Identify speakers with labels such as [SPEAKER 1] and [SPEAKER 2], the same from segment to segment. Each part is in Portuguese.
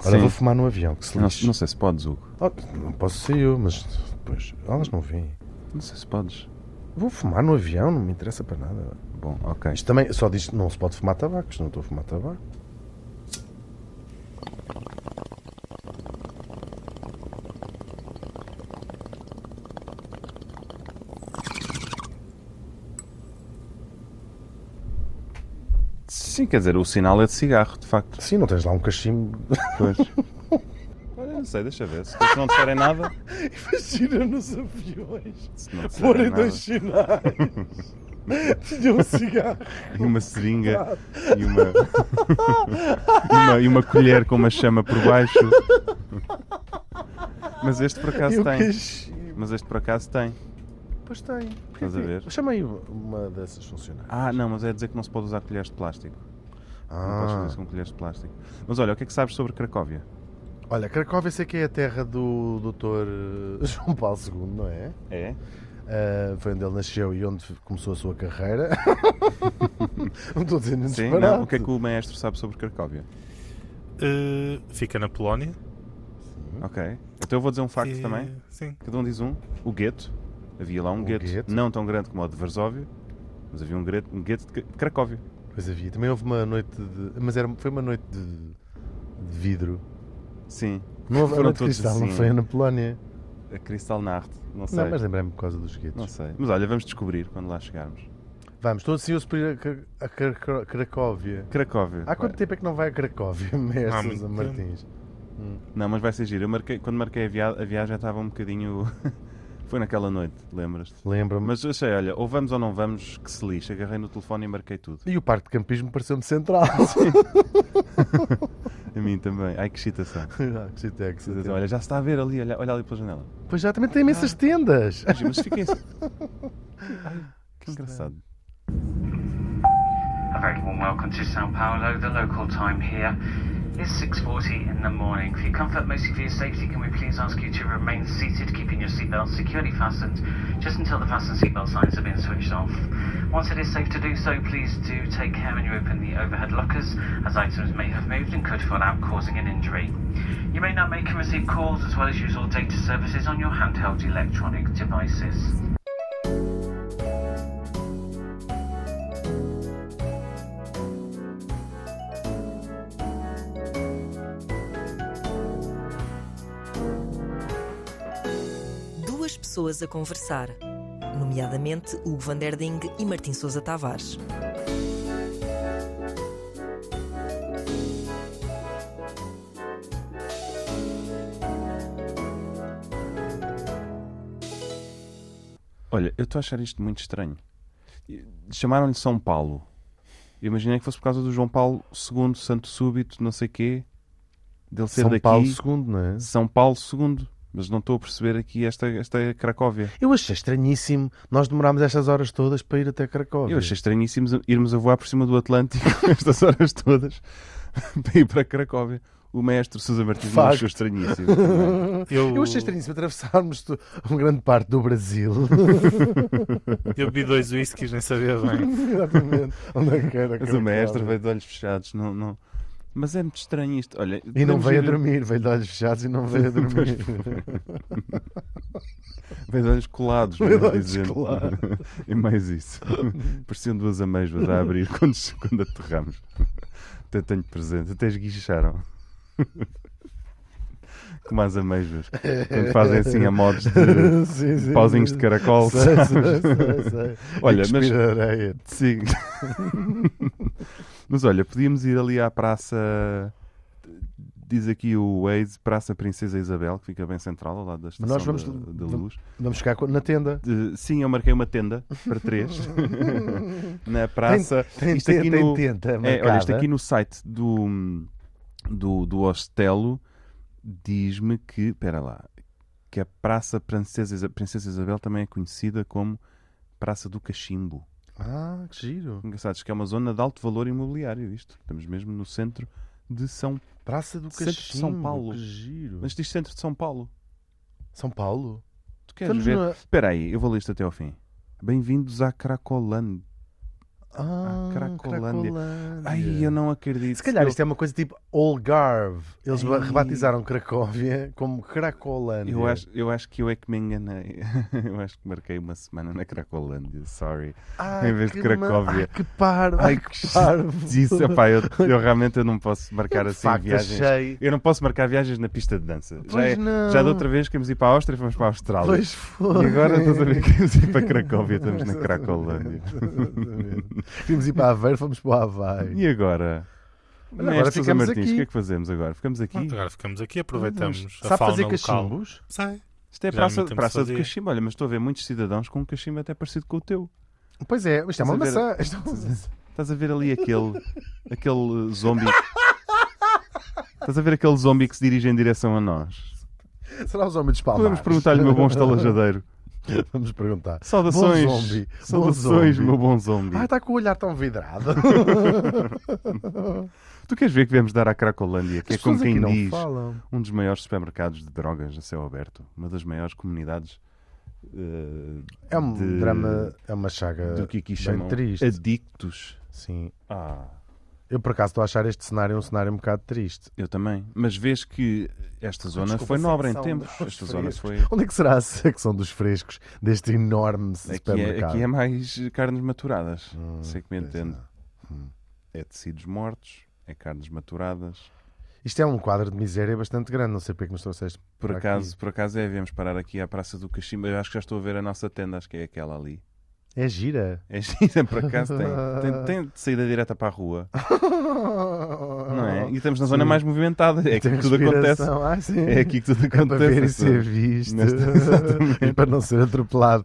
[SPEAKER 1] Ora,
[SPEAKER 2] Sim.
[SPEAKER 1] vou fumar no avião, que se
[SPEAKER 2] Não,
[SPEAKER 1] lixe.
[SPEAKER 2] não sei se podes, Hugo.
[SPEAKER 1] Oh, não posso ser eu, mas depois elas não vêm.
[SPEAKER 2] Não sei se podes.
[SPEAKER 1] Vou fumar no avião, não me interessa para nada.
[SPEAKER 2] Bom, ok.
[SPEAKER 1] Isto também só diz que não se pode fumar tabaco, isto não estou a fumar tabaco.
[SPEAKER 2] Sim, quer dizer, o sinal é de cigarro, de facto.
[SPEAKER 1] Sim, não tens lá um cachimbo.
[SPEAKER 2] Pois. Olha, não sei, deixa ver. Se eles não disserem nada.
[SPEAKER 1] Imagina nos aviões.
[SPEAKER 2] Se não disserem
[SPEAKER 1] Forem
[SPEAKER 2] nada.
[SPEAKER 1] dois sinais. Tinha um cigarro.
[SPEAKER 2] E uma seringa e uma... e uma. e uma colher com uma chama por baixo. Mas este por
[SPEAKER 1] e
[SPEAKER 2] acaso
[SPEAKER 1] um
[SPEAKER 2] tem.
[SPEAKER 1] cachimbo.
[SPEAKER 2] Mas este por acaso tem.
[SPEAKER 1] Pois tem.
[SPEAKER 2] Estás a ver?
[SPEAKER 1] Chamei uma dessas funcionárias.
[SPEAKER 2] Ah, não, mas é dizer que não se pode usar colheres de plástico. Não podes fazer
[SPEAKER 1] Ah.
[SPEAKER 2] isso com colheres de plástico. Mas olha, o que é que sabes sobre Cracóvia?
[SPEAKER 1] Ah, Olha, Cracóvia sei que é a terra do Dr. João Paulo II, não é?
[SPEAKER 2] É?
[SPEAKER 1] Ah, foi onde ele nasceu e onde começou a sua carreira. não estou dizendo nenhum
[SPEAKER 2] Sim,
[SPEAKER 1] disparate.
[SPEAKER 2] não. O que é que o maestro sabe sobre Cracóvia?
[SPEAKER 3] Eh, fica na Polónia.
[SPEAKER 2] Ok. Então eu vou dizer um facto
[SPEAKER 3] E-
[SPEAKER 2] também.
[SPEAKER 3] Sim.
[SPEAKER 2] Cada um diz um. O gueto. Havia lá um
[SPEAKER 1] O
[SPEAKER 2] gueto.
[SPEAKER 1] gueto.
[SPEAKER 2] Não tão grande como o de Varsóvia, mas havia um gueto, um gueto de Cra- Cracóvia.
[SPEAKER 1] Pois havia. Também houve uma noite de. Mas era, foi uma noite de, de vidro.
[SPEAKER 2] Sim.
[SPEAKER 1] Não houve uma
[SPEAKER 2] Foram
[SPEAKER 1] noite de
[SPEAKER 2] todos
[SPEAKER 1] cristal, não
[SPEAKER 2] assim.
[SPEAKER 1] foi na Polónia.
[SPEAKER 2] A Kristallnacht. Não sei.
[SPEAKER 1] Não, mas lembrei-me por causa dos guetos.
[SPEAKER 2] Não sei. Mas olha, vamos descobrir quando lá chegarmos.
[SPEAKER 1] Vamos, estou ansioso por ir a, Cra- a Cra- Cra- Cracóvia.
[SPEAKER 2] Cracóvia.
[SPEAKER 1] Há quanto tempo é que não vai a Cracóvia,
[SPEAKER 3] Há
[SPEAKER 1] mestre
[SPEAKER 3] muito
[SPEAKER 1] Sousa
[SPEAKER 3] tempo.
[SPEAKER 1] Martins?
[SPEAKER 2] Não, mas vai ser giro. Eu marquei, quando marquei a, via- a viagem já estava um bocadinho... Foi naquela noite, lembras-te?
[SPEAKER 1] Lembra-me.
[SPEAKER 2] Mas eu achei, olha, ou vamos ou não vamos, que se lixe. Agarrei no telefone e marquei tudo.
[SPEAKER 1] E o parque de campismo pareceu-me central.
[SPEAKER 2] A mim também. Ai, que excitação.
[SPEAKER 1] Ah, que sítio é, que sítio é.
[SPEAKER 2] Olha, já se está a ver ali, olha, olha ali pela janela.
[SPEAKER 1] Pois já também tem imensas tendas.
[SPEAKER 2] Mas, mas fiquem... assim. Ai, que engraçado.
[SPEAKER 4] A very warm welcome to Sao Paulo. The local time here is 6.40 in the morning. For your comfort, mostly for your safety, can we please ask you to remain seated, keeping your seatbelt securely fastened, just until the fasten seatbelt signs have been switched off. Once it is safe to do so, please do take care when you open the overhead lockers, as items may have moved and could fall out, causing an injury. You may now make and receive calls as well as use all data services on your handheld electronic devices.
[SPEAKER 5] Duas pessoas a conversar, nomeadamente Hugo van der Ding e Martim Sousa Tavares.
[SPEAKER 2] Olha, eu estou a achar isto muito estranho. E- Chamaram-lhe São Paulo. Eu imaginei que fosse por causa do João Paulo II, Santo Súbito, não sei quê. Dele ser
[SPEAKER 1] São
[SPEAKER 2] daqui.
[SPEAKER 1] Paulo II, não é?
[SPEAKER 2] São Paulo II. Mas não estou a perceber aqui esta, esta Cracóvia.
[SPEAKER 1] Eu achei estranhíssimo. Nós demorámos estas horas todas para ir até Cracóvia.
[SPEAKER 2] Eu achei estranhíssimo irmos a voar por cima do Atlântico estas horas todas para ir para Cracóvia. O mestre Sousa Martins não
[SPEAKER 1] Facto.
[SPEAKER 2] achou estranhíssimo. também.
[SPEAKER 3] Eu,
[SPEAKER 1] Eu achei estranhíssimo atravessarmos tu- uma grande parte do Brasil.
[SPEAKER 3] eu bebi dois whiskies, nem sabia bem.
[SPEAKER 1] Exatamente. Onde é que era
[SPEAKER 2] Mas o mestre
[SPEAKER 1] Cracóvia?
[SPEAKER 2] veio de olhos fechados. Não, não... Mas é muito estranho isto. Olha,
[SPEAKER 1] E não
[SPEAKER 2] podemos
[SPEAKER 1] veio a
[SPEAKER 2] ir-
[SPEAKER 1] dormir, veio de olhos fechados e não veio a dormir.
[SPEAKER 2] Veio de olhos colados,
[SPEAKER 1] Veio de
[SPEAKER 2] melhor
[SPEAKER 1] olhos
[SPEAKER 2] dizendo.
[SPEAKER 1] colados.
[SPEAKER 2] É mais isso. Pareciam duas amêijoas a abrir quando, quando aterramos. Até tenho presente, até esguicharam. Como as amêijoas. Quando fazem assim a modos de
[SPEAKER 1] sim, sim.
[SPEAKER 2] pauzinhos Um de caracol.
[SPEAKER 1] Sei, sei,
[SPEAKER 2] sabes?
[SPEAKER 1] sei, sei.
[SPEAKER 2] Olha,
[SPEAKER 1] E
[SPEAKER 2] mas-
[SPEAKER 1] cuspir a areia.
[SPEAKER 2] Sim. Mas olha, podíamos ir ali à praça. Diz aqui o Waze, Praça Princesa Isabel, que fica bem central ao lado da
[SPEAKER 1] Mas
[SPEAKER 2] Estação
[SPEAKER 1] nós vamos-
[SPEAKER 2] da, da Luz.
[SPEAKER 1] Vamos ficar co- na tenda.
[SPEAKER 2] De- sim, eu marquei uma tenda para três na praça.
[SPEAKER 1] Tem,
[SPEAKER 2] Isto aqui
[SPEAKER 1] tem
[SPEAKER 2] no-
[SPEAKER 1] tenda
[SPEAKER 2] É, olha, isto
[SPEAKER 1] marcada.
[SPEAKER 2] aqui no site do, do, do Hostelo diz-me que, espera lá, que a Praça Princesa, Isa- Princesa Isabel também é conhecida como Praça do Cachimbo.
[SPEAKER 1] Ah, que giro.
[SPEAKER 2] Engraçado, diz que é uma zona de alto valor imobiliário isto. Estamos mesmo no centro de São
[SPEAKER 1] Praça do
[SPEAKER 2] Centro de
[SPEAKER 1] Cachimbo.
[SPEAKER 2] São Paulo.
[SPEAKER 1] Que giro.
[SPEAKER 2] Mas diz centro de São Paulo.
[SPEAKER 1] São Paulo?
[SPEAKER 2] Tu queres ver? Espera aí, eu vou ler isto até ao fim. Bem-vindos à Cracolândia.
[SPEAKER 1] Ah,
[SPEAKER 2] Cracolândia.
[SPEAKER 1] Cracolândia.
[SPEAKER 2] Ai, eu não acredito.
[SPEAKER 1] Se calhar
[SPEAKER 2] eu,
[SPEAKER 1] isto é uma coisa tipo Algarve. Eles
[SPEAKER 2] Ai.
[SPEAKER 1] rebatizaram Cracóvia como Cracolândia.
[SPEAKER 2] eu acho, eu acho que eu é que me enganei. eu acho que marquei uma semana na Cracolândia, sorry.
[SPEAKER 1] Ai,
[SPEAKER 2] em vez de
[SPEAKER 1] que ma-
[SPEAKER 2] Cracóvia.
[SPEAKER 1] Ai, que paro. Ai, que parvo.
[SPEAKER 2] Isso, epá, eu, eu realmente eu não posso marcar
[SPEAKER 1] De
[SPEAKER 2] assim
[SPEAKER 1] facto,
[SPEAKER 2] viagens.
[SPEAKER 1] achei.
[SPEAKER 2] Eu não posso marcar viagens na pista de dança. Já,
[SPEAKER 1] Pois
[SPEAKER 2] é-
[SPEAKER 1] não.
[SPEAKER 2] já da outra vez queremos ir para a Áustria, fomos para a Austrália.
[SPEAKER 1] Pois foi.
[SPEAKER 2] E agora estás a ver que queremos ir para Cracóvia, estamos na Cracolândia.
[SPEAKER 1] Vimos ir para Aveiro, fomos para o Havaí.
[SPEAKER 2] E agora?
[SPEAKER 1] Olha,
[SPEAKER 2] Não é,
[SPEAKER 1] agora
[SPEAKER 2] Sousa
[SPEAKER 1] ficamos
[SPEAKER 2] Martins,
[SPEAKER 1] aqui.
[SPEAKER 2] o que é que fazemos agora? Ficamos aqui?
[SPEAKER 3] Pronto, agora ficamos aqui, aproveitamos. a
[SPEAKER 1] Sabe
[SPEAKER 3] fauna
[SPEAKER 1] fazer
[SPEAKER 3] local.
[SPEAKER 1] cachimbos?
[SPEAKER 3] Sai.
[SPEAKER 2] Isto é
[SPEAKER 3] Já há
[SPEAKER 2] praça,
[SPEAKER 3] muito tempo
[SPEAKER 2] praça de
[SPEAKER 3] fazia.
[SPEAKER 2] cachimbo. Olha, mas estou a ver muitos cidadãos com um cachimbo até parecido com o teu.
[SPEAKER 1] Pois é, isto é
[SPEAKER 2] Estás
[SPEAKER 1] uma
[SPEAKER 2] a ver-
[SPEAKER 1] maçã. Isto é uma maçã.
[SPEAKER 2] Estás a ver ali aquele, aquele zombie. Estás a ver aquele zombie que se dirige em direção a nós.
[SPEAKER 1] Será os homens de Palmares?
[SPEAKER 2] Podemos perguntar-lhe, meu bom
[SPEAKER 1] é
[SPEAKER 2] estalajadeiro.
[SPEAKER 1] Vamos perguntar.
[SPEAKER 2] Saudações.
[SPEAKER 1] Bom zombie. Bom
[SPEAKER 2] Saudações,
[SPEAKER 1] zombie.
[SPEAKER 2] meu bom É zombie.
[SPEAKER 1] Ah, está com o olhar tão vidrado.
[SPEAKER 2] Tu queres ver que viemos dar à Cracolândia, que
[SPEAKER 1] As
[SPEAKER 2] é como
[SPEAKER 1] pessoas aqui
[SPEAKER 2] quem
[SPEAKER 1] não
[SPEAKER 2] diz,
[SPEAKER 1] falam.
[SPEAKER 2] um dos maiores supermercados de drogas a céu aberto, uma das maiores comunidades eh,
[SPEAKER 1] É um
[SPEAKER 2] de-
[SPEAKER 1] drama, é uma chaga
[SPEAKER 2] do que aqui
[SPEAKER 1] bem
[SPEAKER 2] chamam
[SPEAKER 1] triste.
[SPEAKER 2] adictos.
[SPEAKER 1] Sim.
[SPEAKER 2] Ah,
[SPEAKER 1] Eu por acaso estou a achar este cenário um cenário um bocado triste.
[SPEAKER 2] eu também. Mas vês que esta zona
[SPEAKER 1] Desculpa,
[SPEAKER 2] foi nobre em
[SPEAKER 1] secção
[SPEAKER 2] tempos.
[SPEAKER 1] dos
[SPEAKER 2] Esta zona
[SPEAKER 1] frescos.
[SPEAKER 2] foi.
[SPEAKER 1] Onde é que será a secção dos frescos deste enorme
[SPEAKER 2] Aqui é,
[SPEAKER 1] supermercado?
[SPEAKER 2] aqui é mais carnes maturadas.
[SPEAKER 1] Hum,
[SPEAKER 2] sei que me
[SPEAKER 1] pois Hum.
[SPEAKER 2] entendo.
[SPEAKER 1] não.
[SPEAKER 2] É tecidos mortos, é carnes maturadas.
[SPEAKER 1] Isto é um quadro de miséria bastante grande, não sei porque é que nos trouxeste.
[SPEAKER 2] Por
[SPEAKER 1] para
[SPEAKER 2] acaso,
[SPEAKER 1] aqui.
[SPEAKER 2] por acaso é, viemos parar aqui à Praça do Cachimbo. Eu acho que já estou a ver a nossa tenda, acho que é aquela ali.
[SPEAKER 1] É gira.
[SPEAKER 2] É gira, por acaso tem, tem, tem saída direta para a rua, não é? E estamos na zona mais movimentada, é aqui que tudo acontece.
[SPEAKER 1] Ah, sim.
[SPEAKER 2] É aqui que tudo
[SPEAKER 1] É para ver e
[SPEAKER 2] acontece.
[SPEAKER 1] ser visto.
[SPEAKER 2] Nesta- exatamente.
[SPEAKER 1] e para não ser atropelado.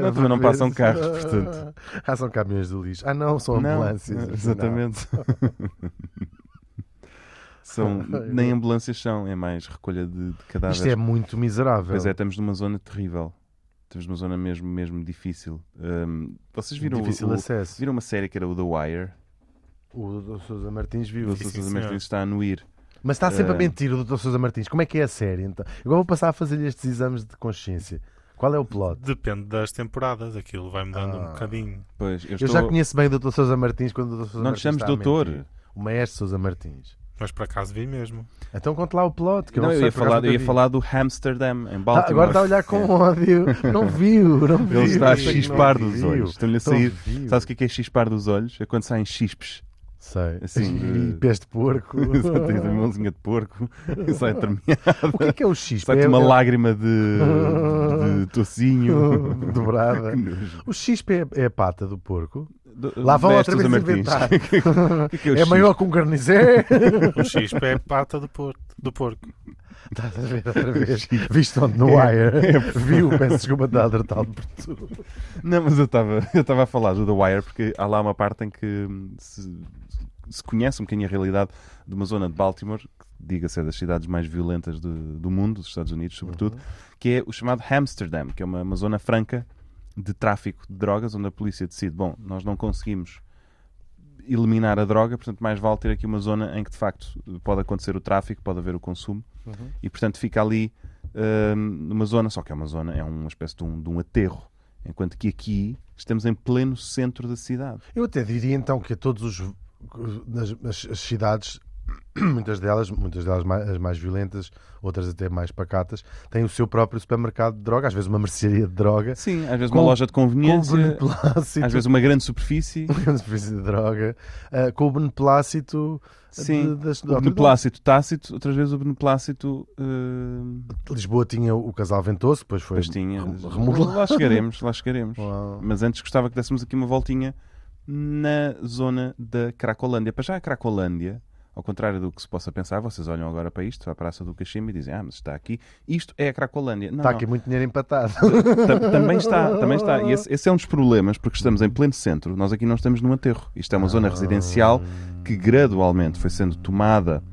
[SPEAKER 2] Não, também não passam carros, portanto.
[SPEAKER 1] Ah, são caminhões do lixo. Ah, não, são
[SPEAKER 2] Não,
[SPEAKER 1] ambulâncias. afinal.
[SPEAKER 2] exatamente. são, nem ambulâncias são, é mais recolha de, de cadáveres.
[SPEAKER 1] Isto é muito miserável.
[SPEAKER 2] Pois é, estamos numa zona terrível. Estamos numa zona mesmo, mesmo difícil. Ahm, vocês viram, o-
[SPEAKER 1] Difícil
[SPEAKER 2] o-
[SPEAKER 1] acesso.
[SPEAKER 2] viram uma série que era o The Wire?
[SPEAKER 1] O Dr. Sousa Martins
[SPEAKER 2] E
[SPEAKER 1] vive.
[SPEAKER 2] o
[SPEAKER 3] Sim,
[SPEAKER 2] Sousa
[SPEAKER 3] senhor.
[SPEAKER 2] Martins está a anuir.
[SPEAKER 1] Mas está sempre a
[SPEAKER 2] Eh.
[SPEAKER 1] mentir o Dr. Sousa Martins. Como é que é a série então? Agora vou passar a fazer-lhe estes exames de consciência. Qual é o plot?
[SPEAKER 3] Depende das temporadas, aquilo vai mudando
[SPEAKER 1] Ah.
[SPEAKER 3] um bocadinho.
[SPEAKER 2] Pois, eu,
[SPEAKER 1] Eu
[SPEAKER 2] estou...
[SPEAKER 1] já conheço bem o Dr. Sousa Martins quando o Dr. Sousa
[SPEAKER 2] Não te
[SPEAKER 1] Martins.
[SPEAKER 2] chames
[SPEAKER 1] está a
[SPEAKER 2] doutor.
[SPEAKER 1] mentir. O maestro Sousa Martins.
[SPEAKER 3] Mas por acaso vi mesmo.
[SPEAKER 1] Então conte lá o plot. Que eu
[SPEAKER 2] Não,
[SPEAKER 1] não
[SPEAKER 2] eu
[SPEAKER 1] sei,
[SPEAKER 2] ia,
[SPEAKER 1] por acaso
[SPEAKER 2] falar, eu
[SPEAKER 1] nunca
[SPEAKER 2] ia
[SPEAKER 1] vi.
[SPEAKER 2] falar do Amsterdam, em
[SPEAKER 1] Tá,
[SPEAKER 2] Baltimore.
[SPEAKER 1] agora está a olhar
[SPEAKER 2] É.
[SPEAKER 1] com ódio. Não viu, não viu.
[SPEAKER 2] Ele está a
[SPEAKER 1] Sei que não
[SPEAKER 2] chispar dos
[SPEAKER 1] viu.
[SPEAKER 2] olhos. Estão-lhe a
[SPEAKER 1] Não
[SPEAKER 2] sair.
[SPEAKER 1] Então, viu.
[SPEAKER 2] Sabes o que é que é chispar dos olhos? É quando saem chispes.
[SPEAKER 1] Sei.
[SPEAKER 2] Assim,
[SPEAKER 1] e
[SPEAKER 2] eh,
[SPEAKER 1] pés de porco.
[SPEAKER 2] Exato, Tens uma mãozinha de porco e sai terminada.
[SPEAKER 1] o que é que é o chispe?
[SPEAKER 2] Sai-te
[SPEAKER 1] É-
[SPEAKER 2] uma
[SPEAKER 1] é-
[SPEAKER 2] lágrima de, de tocinho.
[SPEAKER 1] Dobrada.
[SPEAKER 2] Que nojo.
[SPEAKER 1] O chispe é, é a pata do porco.
[SPEAKER 2] Do-
[SPEAKER 1] Lá vão outra
[SPEAKER 2] Destes
[SPEAKER 1] vez
[SPEAKER 2] a Martins.
[SPEAKER 1] inventar.
[SPEAKER 2] O que é, que é o
[SPEAKER 1] É
[SPEAKER 2] chispe?
[SPEAKER 1] maior que um garnizé.
[SPEAKER 3] O chispa é a pata do, por... do porco.
[SPEAKER 1] Estás a ver outra vez. Viste onde no wire. Viu, peço desculpa de alertar por tudo.
[SPEAKER 2] Não, mas eu estava eu estava a falar do The Wire porque há lá uma parte em que hum, se, se conhece um bocadinho a realidade de uma zona de Baltimore, que diga-se é das cidades mais violentas do, do mundo, dos Estados Unidos sobretudo, que é o chamado Amsterdam, que é uma, uma zona franca de tráfico de drogas, onde a polícia decide, bom, nós não conseguimos eliminar a droga, portanto mais vale ter aqui uma zona em que de facto pode acontecer o tráfico, pode haver o consumo, e portanto fica ali hum, numa zona, só que é uma zona, é uma espécie de um, de um aterro, enquanto que aqui estamos em pleno centro da cidade.
[SPEAKER 1] Eu até diria então que a todos os nas, nas- as cidades, muitas delas, muitas delas mais, as mais violentas, outras até mais pacatas, têm o seu próprio supermercado de droga, às vezes uma mercearia de droga,
[SPEAKER 2] Sim, às vezes
[SPEAKER 1] Com-
[SPEAKER 2] uma loja de
[SPEAKER 1] com o
[SPEAKER 2] conveniência,
[SPEAKER 1] Bruno Plácido,
[SPEAKER 2] às vezes uma grande superfície.
[SPEAKER 1] uma espécie de droga, ah, com o Bruno Plácido
[SPEAKER 2] Sim.
[SPEAKER 1] de- das Ah,
[SPEAKER 2] O beneplácito tácito, outras vezes o beneplácito. hum,
[SPEAKER 1] Lisboa tinha o Casal Ventoso, depois foi
[SPEAKER 2] Pois tinha.
[SPEAKER 1] rem- remodelado.
[SPEAKER 2] Lá chegaremos, lá chegaremos.
[SPEAKER 1] Uau.
[SPEAKER 2] Mas antes gostava que dessemos aqui uma voltinha na zona da Cracolândia. Para já a Cracolândia, ao contrário do que se possa pensar, vocês olham agora para isto, para a Praça do Cachimbo e dizem, ah, mas está aqui. Isto é a Cracolândia. Não,
[SPEAKER 1] Está
[SPEAKER 2] não.
[SPEAKER 1] aqui muito dinheiro empatado.
[SPEAKER 2] Tam- também está, também está. E esse, esse é um dos problemas, porque estamos em pleno centro, nós aqui não estamos num aterro. Isto é uma
[SPEAKER 1] Ah.
[SPEAKER 2] zona residencial que gradualmente foi sendo tomada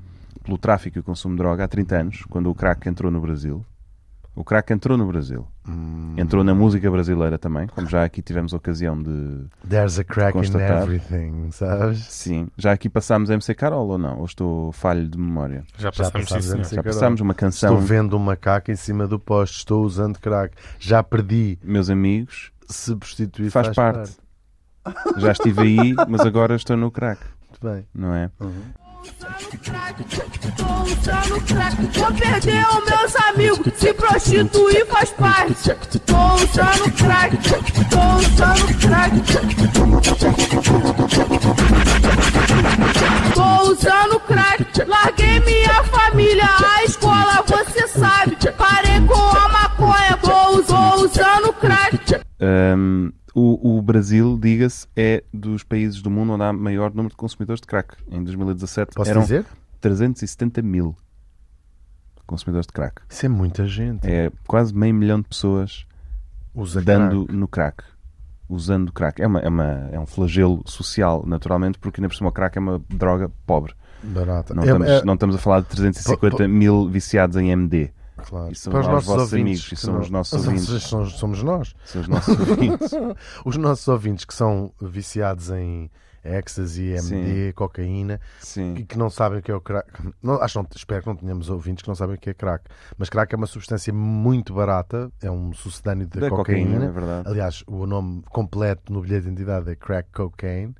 [SPEAKER 2] pelo tráfico e o consumo de droga há 30 anos, quando o crack entrou no Brasil. O crack entrou no Brasil.
[SPEAKER 1] Hum.
[SPEAKER 2] Entrou na música brasileira também, como já aqui tivemos a ocasião de.
[SPEAKER 1] There's a crack in
[SPEAKER 2] Constatar.
[SPEAKER 1] everything, sabes?
[SPEAKER 2] Sim. Já aqui passámos MC Carol ou não? Ou estou falho de memória?
[SPEAKER 3] Já passamos,
[SPEAKER 1] passámos
[SPEAKER 3] sim, senhor.
[SPEAKER 1] MC.
[SPEAKER 2] Já
[SPEAKER 1] Carol.
[SPEAKER 2] passámos uma
[SPEAKER 1] Estou
[SPEAKER 2] canção,
[SPEAKER 1] vendo um macaco em cima do poste, estou usando crack, já perdi.
[SPEAKER 2] meus amigos,
[SPEAKER 1] se prostituir
[SPEAKER 2] faz parte. Já estive aí, mas agora estou no crack,
[SPEAKER 1] Muito bem.
[SPEAKER 2] não é?
[SPEAKER 1] Hum.
[SPEAKER 6] Vou entrar no crack, vou perder os meus amigos, se prostituir faz parte. Vou entrar no crack, vou entrar no crack. Vou entrar no crack, larguei minha família, a escola você sabe. Parei com a maconha, vou, vou usando crack.
[SPEAKER 2] Ahm, o, o Brasil, diga-se, é dos países do mundo onde há maior número de consumidores de crack. Em 2017
[SPEAKER 1] Posso
[SPEAKER 2] eram
[SPEAKER 1] dizer?
[SPEAKER 2] 370 mil consumidores de crack.
[SPEAKER 1] Isso é muita gente.
[SPEAKER 2] É quase meio milhão de pessoas
[SPEAKER 1] Usa
[SPEAKER 2] dando
[SPEAKER 1] crack.
[SPEAKER 2] no crack. Usando crack. É, uma, é, uma- é um flagelo social, naturalmente, porque ainda por cima o crack é uma droga pobre.
[SPEAKER 1] Barata.
[SPEAKER 2] Não,
[SPEAKER 1] É-
[SPEAKER 2] estamos,
[SPEAKER 1] é-
[SPEAKER 2] não estamos a falar de 350
[SPEAKER 1] Po- po-
[SPEAKER 2] mil viciados em MD.
[SPEAKER 1] claro.
[SPEAKER 2] isso são
[SPEAKER 1] Para os
[SPEAKER 2] lá os
[SPEAKER 1] nossos
[SPEAKER 2] vossos
[SPEAKER 1] ouvintes.
[SPEAKER 2] amigos,
[SPEAKER 1] que
[SPEAKER 2] isso são
[SPEAKER 1] não-
[SPEAKER 2] os nossos
[SPEAKER 1] Somos-
[SPEAKER 2] ouvintes.
[SPEAKER 1] Somos, somos nós.
[SPEAKER 2] São os nossos ouvintes.
[SPEAKER 1] Os nossos ouvintes que são viciados em ecstasy, MD, cocaína e
[SPEAKER 2] Sim.
[SPEAKER 1] que não sabem o que é o crack. Não, acho, não- espero que não tenhamos ouvintes que não sabem o que é crack. Mas crack é uma substância muito barata, é um sucedâneo da,
[SPEAKER 2] Da cocaína,
[SPEAKER 1] cocaína né?
[SPEAKER 2] é verdade.
[SPEAKER 1] Aliás, o nome completo no bilhete de identidade é crack cocaine,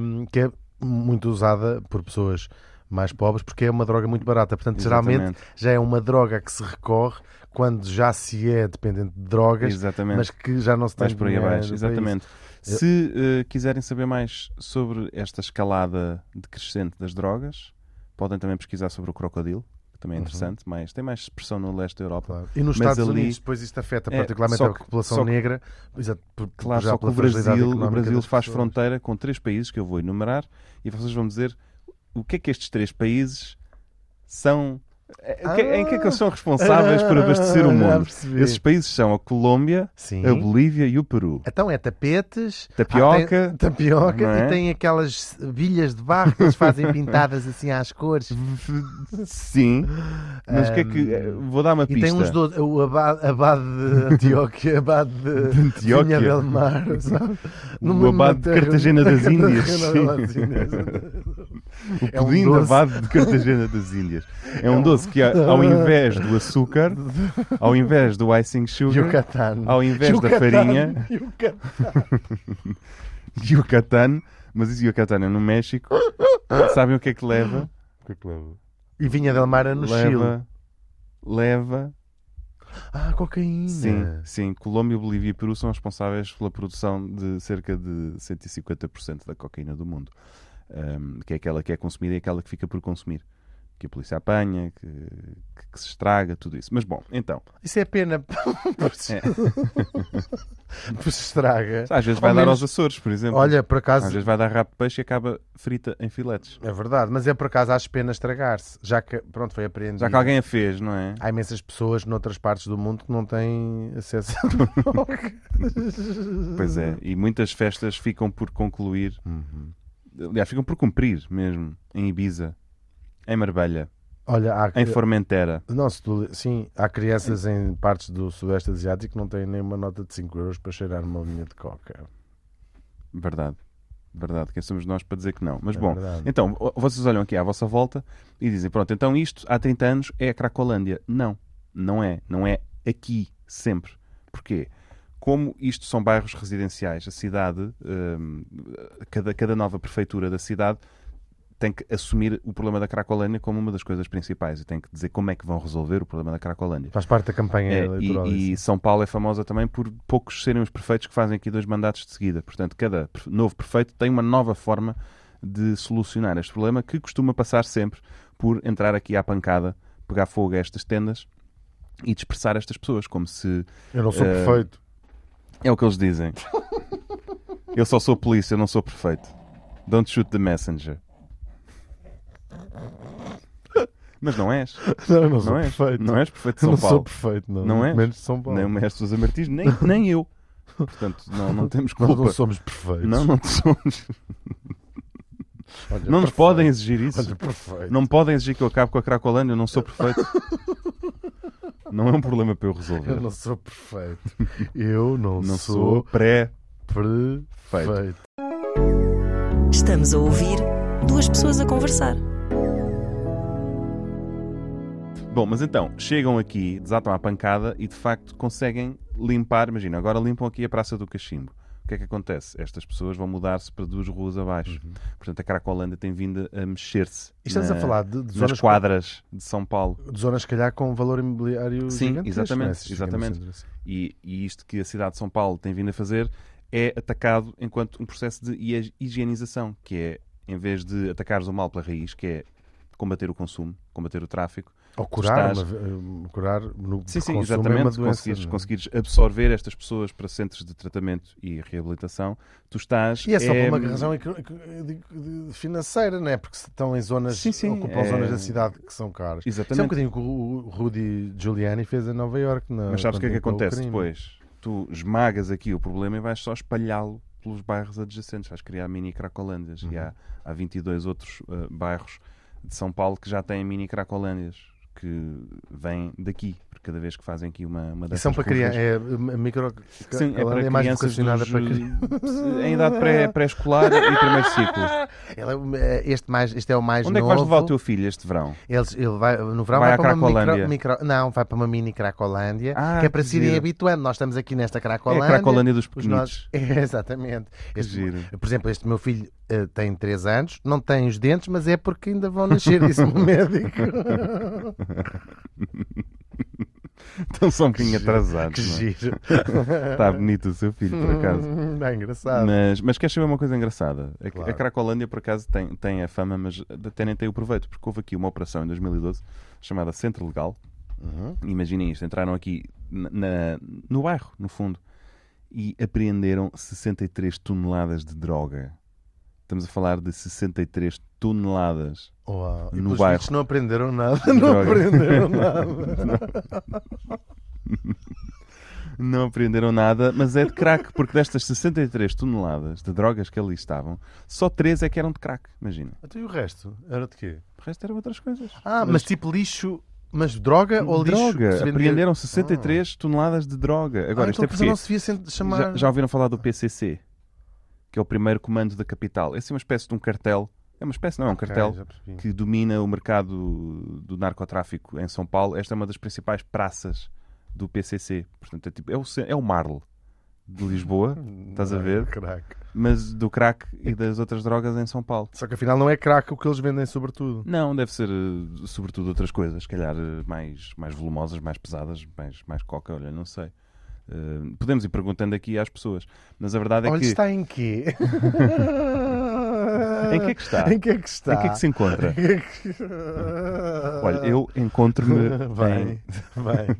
[SPEAKER 1] hum, que é muito usada por pessoas mais pobres porque é uma droga muito barata. Portanto, geralmente
[SPEAKER 2] Exatamente.
[SPEAKER 1] já é uma droga a que se recorre quando já se é dependente de drogas,
[SPEAKER 2] Exatamente.
[SPEAKER 1] mas que já não se tem
[SPEAKER 2] Vais por aí
[SPEAKER 1] dinheiro
[SPEAKER 2] abaixo,
[SPEAKER 1] para
[SPEAKER 2] exatamente. Se eh, quiserem saber mais sobre esta escalada decrescente das drogas, podem também pesquisar sobre o crocodilo, que
[SPEAKER 1] Uhum.
[SPEAKER 2] também é interessante, mas tem mais expressão no leste da Europa.
[SPEAKER 1] isso. Claro. E nos
[SPEAKER 2] Mas
[SPEAKER 1] Estados
[SPEAKER 2] ali-
[SPEAKER 1] Unidos, depois isto afeta
[SPEAKER 2] É,
[SPEAKER 1] particularmente
[SPEAKER 2] só
[SPEAKER 1] a
[SPEAKER 2] que-
[SPEAKER 1] população
[SPEAKER 2] só que-
[SPEAKER 1] negra, exato, por, por-
[SPEAKER 2] Claro,
[SPEAKER 1] já
[SPEAKER 2] só que
[SPEAKER 1] pela
[SPEAKER 2] o
[SPEAKER 1] fragilidade
[SPEAKER 2] Brasil, o
[SPEAKER 1] económica
[SPEAKER 2] Brasil
[SPEAKER 1] das
[SPEAKER 2] faz
[SPEAKER 1] pessoas.
[SPEAKER 2] fronteira com três países que eu vou enumerar e vocês vão me dizer o que é que estes três países são. eh, o que- em que é que eles são responsáveis por abastecer
[SPEAKER 1] Ah,
[SPEAKER 2] o
[SPEAKER 1] já
[SPEAKER 2] mundo?
[SPEAKER 1] percebi.
[SPEAKER 2] Esses países são a Colômbia,
[SPEAKER 1] Sim.
[SPEAKER 2] a Bolívia e o Peru.
[SPEAKER 1] Então é tapetes,
[SPEAKER 2] Tapioca.
[SPEAKER 1] ah, tem- tapioca
[SPEAKER 2] Não é?
[SPEAKER 1] e tem aquelas bilhas de barro que eles fazem pintadas assim às cores.
[SPEAKER 2] Sim, mas o que é que. eh, Vou dar uma
[SPEAKER 1] E
[SPEAKER 2] pista.
[SPEAKER 1] tem uns do, o abade, abade de Antioquia, abade de,
[SPEAKER 2] Antioquia.
[SPEAKER 1] Vinha del Mar, sabe?
[SPEAKER 2] O
[SPEAKER 1] Numa- numa
[SPEAKER 2] abade de
[SPEAKER 1] terra-
[SPEAKER 2] Cartagena das Índias,
[SPEAKER 1] Cartagena das
[SPEAKER 2] sim.
[SPEAKER 1] Índias.
[SPEAKER 2] O
[SPEAKER 1] É um
[SPEAKER 2] pudim da
[SPEAKER 1] doce.
[SPEAKER 2] Vade de Cartagena das Índias. É um doce que, a- ao invés do açúcar, ao invés do icing sugar,
[SPEAKER 1] Yucatán.
[SPEAKER 2] ao invés da
[SPEAKER 1] Yucatán,
[SPEAKER 2] farinha,
[SPEAKER 1] Yucatán.
[SPEAKER 2] Yucatán, mas isso Yucatán é no México. Sabem o que é que leva?
[SPEAKER 1] E Vinha del Mar é no Chile.
[SPEAKER 2] leva, leva,
[SPEAKER 1] Ah, cocaína.
[SPEAKER 2] sim, sim. Colômbia, Bolívia e Peru são responsáveis pela produção de cerca de 150% da cocaína do mundo, Ahm, que é aquela que é consumida e aquela que fica por consumir. Que a polícia apanha, que- que- que se estraga, tudo isso. Mas bom, então,
[SPEAKER 1] Isso é pena. Pois
[SPEAKER 2] É.
[SPEAKER 1] pois estraga.
[SPEAKER 2] Às vezes
[SPEAKER 1] Ao
[SPEAKER 2] vai dar
[SPEAKER 1] menos-
[SPEAKER 2] aos Açores, por exemplo.
[SPEAKER 1] Olha, por
[SPEAKER 2] Às
[SPEAKER 1] acaso
[SPEAKER 2] vezes vai dar rabo de peixe e acaba frita em filetes.
[SPEAKER 1] É verdade, mas é por acaso acho pena estragar-se, já que pronto, foi apreendido.
[SPEAKER 2] Já que alguém a fez, não é?
[SPEAKER 1] Há imensas pessoas noutras partes do mundo que não têm acesso
[SPEAKER 2] Pois é. E muitas festas ficam por concluir. Aliás, ficam por cumprir mesmo. Em Ibiza, em Marbella,
[SPEAKER 1] Olha, há,
[SPEAKER 2] em Formentera.
[SPEAKER 1] não, se tu- sim, há crianças em partes do Sudeste Asiático que não têm nenhuma nota de 5 euros para cheirar uma linha de coca.
[SPEAKER 2] Verdade. Verdade. Quem somos nós para dizer que não? Mas
[SPEAKER 1] É
[SPEAKER 2] bom,
[SPEAKER 1] verdade.
[SPEAKER 2] então, o- vocês olham aqui à vossa volta e dizem: pronto, então isto há 30 anos é a Cracolândia. Não, não é. Não é aqui, sempre. Porquê? Como isto são bairros residenciais, a cidade, hum, cada, cada nova prefeitura da cidade tem que assumir o problema da Cracolândia como uma das coisas principais e tem que dizer como é que vão resolver o problema da Cracolândia.
[SPEAKER 1] Faz parte da campanha
[SPEAKER 2] É,
[SPEAKER 1] eleitoral.
[SPEAKER 2] e, e
[SPEAKER 1] isso.
[SPEAKER 2] São Paulo é famosa também por poucos serem os prefeitos que fazem aqui dois mandatos de seguida. Portanto, cada pre- novo prefeito tem uma nova forma de solucionar este problema que costuma passar sempre por entrar aqui à pancada, pegar fogo a estas tendas e dispersar estas pessoas, como se
[SPEAKER 1] Eu não sou
[SPEAKER 2] eh,
[SPEAKER 1] perfeito.
[SPEAKER 2] é o que eles dizem. Eu só sou polícia, eu não sou prefeito. Don't shoot the messenger. Mas não és.
[SPEAKER 1] Não, eu não sou
[SPEAKER 2] Não és.
[SPEAKER 1] perfeito.
[SPEAKER 2] Não és prefeito de
[SPEAKER 1] Eu
[SPEAKER 2] São
[SPEAKER 1] não
[SPEAKER 2] Paulo.
[SPEAKER 1] sou perfeito, não.
[SPEAKER 2] Não é? és?
[SPEAKER 1] Menos de São Paulo.
[SPEAKER 2] Nem o Mestre Sousa Martins, nem, nem eu. Portanto, não, não temos
[SPEAKER 1] Nós
[SPEAKER 2] culpa.
[SPEAKER 1] não somos perfeitos.
[SPEAKER 2] Não, não somos.
[SPEAKER 1] Olha,
[SPEAKER 2] Não nos
[SPEAKER 1] É perfeito.
[SPEAKER 2] podem exigir isso.
[SPEAKER 1] Olha, perfeito.
[SPEAKER 2] Não podem exigir que eu acabe com a Cracolândia, eu não sou perfeito. Não é um problema para eu resolver.
[SPEAKER 1] Eu não sou perfeito. Eu não,
[SPEAKER 2] Não
[SPEAKER 1] sou
[SPEAKER 2] sou pré.
[SPEAKER 1] Perfeito.
[SPEAKER 5] Estamos a ouvir duas pessoas a conversar.
[SPEAKER 2] Bom, mas então, chegam aqui, desatam a pancada e de facto conseguem limpar. Imagina, agora limpam aqui a Praça do Cachimbo. O que é que acontece? Estas pessoas vão mudar-se para duas ruas abaixo. Portanto, a Cracolândia tem vindo a mexer-se.
[SPEAKER 1] Uhum. Estamos
[SPEAKER 2] na-
[SPEAKER 1] a falar de, de
[SPEAKER 2] nas
[SPEAKER 1] zonas,
[SPEAKER 2] quadras de São Paulo.
[SPEAKER 1] de zonas, se calhar, com valor imobiliário
[SPEAKER 2] Sim,
[SPEAKER 1] gigantesco,
[SPEAKER 2] exatamente,
[SPEAKER 1] não é? Se isto fica no
[SPEAKER 2] exatamente.
[SPEAKER 1] centro, assim.
[SPEAKER 2] E, e isto que a cidade de São Paulo tem vindo a fazer é atacado enquanto um processo de hie- higienização, que é, em vez de atacares o mal pela raiz, que é combater o consumo, combater o tráfico,
[SPEAKER 1] Ou curar,
[SPEAKER 2] estás-
[SPEAKER 1] uma- eh, curar no
[SPEAKER 2] Sim, sim,
[SPEAKER 1] consumo é uma
[SPEAKER 2] exatamente.
[SPEAKER 1] doença.
[SPEAKER 2] conseguires,
[SPEAKER 1] não é?
[SPEAKER 2] conseguires absorver estas pessoas para centros de tratamento e reabilitação, tu estás. eh,
[SPEAKER 1] E é só por uma razão eco- eco- de- de- financeira, não é? Porque se estão em zonas,
[SPEAKER 2] Sim, sim,
[SPEAKER 1] ocupam
[SPEAKER 2] é-
[SPEAKER 1] zonas da cidade que são caras. Isso é um
[SPEAKER 2] Exatamente.
[SPEAKER 1] bocadinho o que o Rudy Giuliani fez em Nova Iorque. Na,
[SPEAKER 2] Mas sabes o que é que
[SPEAKER 1] Ah, quando entrou
[SPEAKER 2] acontece
[SPEAKER 1] crime.
[SPEAKER 2] depois? Tu esmagas aqui o problema e vais só espalhá-lo pelos bairros adjacentes. Vais criar mini cracolândias. E
[SPEAKER 1] Uhum.
[SPEAKER 2] há, há 22 outros eh, bairros de São Paulo que já têm mini cracolândias que vêm daqui. Porque cada vez que fazem aqui uma, uma
[SPEAKER 1] E
[SPEAKER 2] dessas
[SPEAKER 1] são para
[SPEAKER 2] rugas-
[SPEAKER 1] crianças. É, a micro...
[SPEAKER 2] Sim, é
[SPEAKER 1] ela
[SPEAKER 2] para
[SPEAKER 1] mais
[SPEAKER 2] crianças
[SPEAKER 1] vocacionada
[SPEAKER 2] dos,
[SPEAKER 1] para crianças.
[SPEAKER 2] eh, em idade pré- pré-escolar e primeiro ciclo.
[SPEAKER 1] Ela é uma- é este, mais, este é o mais
[SPEAKER 2] Onde é que
[SPEAKER 1] novo.
[SPEAKER 2] vais levar o teu filho este verão? É
[SPEAKER 1] Eles- ele vai, no verão
[SPEAKER 2] Vai
[SPEAKER 1] vai,
[SPEAKER 2] à
[SPEAKER 1] para uma micro,
[SPEAKER 2] Cracolândia.
[SPEAKER 1] micro- Não, vai para uma mini Cracolândia,
[SPEAKER 2] Ah,
[SPEAKER 1] que é para
[SPEAKER 2] que
[SPEAKER 1] se irem
[SPEAKER 2] giro.
[SPEAKER 1] habituando. Nós estamos aqui nesta
[SPEAKER 2] É
[SPEAKER 1] Cracolândia.
[SPEAKER 2] a Cracolândia dos
[SPEAKER 1] Os
[SPEAKER 2] pequeninos.
[SPEAKER 1] nossos- É, exatamente.
[SPEAKER 2] Que
[SPEAKER 1] Este-
[SPEAKER 2] giro.
[SPEAKER 1] por exemplo, este meu filho eh, tem 3 anos, não tem os dentes, mas é porque ainda vão nascer, disse o médico.
[SPEAKER 2] Estão só um bocadinho
[SPEAKER 1] giro, Que
[SPEAKER 2] atrasados. não é?
[SPEAKER 1] giro.
[SPEAKER 2] Está bonito o seu filho, por acaso.
[SPEAKER 1] Hum, é engraçado.
[SPEAKER 2] Mas, mas queres saber uma coisa engraçada? A,
[SPEAKER 1] Claro.
[SPEAKER 2] a Cracolândia, por acaso, tem, tem a fama, mas até nem tem o proveito, porque houve aqui uma operação em 2012 chamada Centro Legal. Imaginem isto: entraram aqui na- na- no bairro, no fundo, e apreenderam 63 toneladas de droga. Estamos a falar de 63 toneladas.
[SPEAKER 1] Uau. Oh, E
[SPEAKER 2] no
[SPEAKER 1] pelos
[SPEAKER 2] bairro.
[SPEAKER 1] vistos não aprenderam nada.
[SPEAKER 2] De
[SPEAKER 1] Não
[SPEAKER 2] droga.
[SPEAKER 1] aprenderam nada.
[SPEAKER 2] Não aprenderam nada, mas é de crack, porque destas 63 toneladas de drogas que ali estavam, só 3 é que eram de crack, imagina.
[SPEAKER 1] Até Então, e o resto? Era de quê?
[SPEAKER 2] O resto eram outras coisas.
[SPEAKER 1] Ah, mas, tipo lixo, mas droga É, ou lixo?
[SPEAKER 2] droga.
[SPEAKER 1] que se vende-
[SPEAKER 2] Apreenderam 63 toneladas de droga. Agora,
[SPEAKER 1] ah, então
[SPEAKER 2] isto é
[SPEAKER 1] por isso
[SPEAKER 2] porque
[SPEAKER 1] não se devia sen- chamar.
[SPEAKER 2] já, já ouviram falar do PCC, que é o primeiro comando da capital. É assim uma espécie de um cartel. É uma espécie, não é um
[SPEAKER 1] Ok,
[SPEAKER 2] cartel
[SPEAKER 1] já percebi.
[SPEAKER 2] que domina o mercado do narcotráfico em São Paulo. Esta é uma das principais praças do PCC. Portanto, é, tipo, é, o, ce- é o Marl de Lisboa, estás a ver?
[SPEAKER 1] Crack.
[SPEAKER 2] Mas do crack e das outras drogas em São Paulo.
[SPEAKER 1] Só que afinal não é crack o que eles vendem, sobretudo.
[SPEAKER 2] Não, deve ser eh, sobretudo outras coisas, se calhar eh, mais, mais volumosas, mais pesadas, mais, mais coca, olha, não sei. Eh, podemos ir perguntando aqui às pessoas, mas a verdade é
[SPEAKER 1] Olha,
[SPEAKER 2] que.
[SPEAKER 1] está em quê?
[SPEAKER 2] Em que é que está?
[SPEAKER 1] Em que é que está?
[SPEAKER 2] Em que é que se encontra?
[SPEAKER 1] Em que é que-
[SPEAKER 2] Olha, eu encontro-me.
[SPEAKER 1] Bem,
[SPEAKER 2] em-
[SPEAKER 1] bem.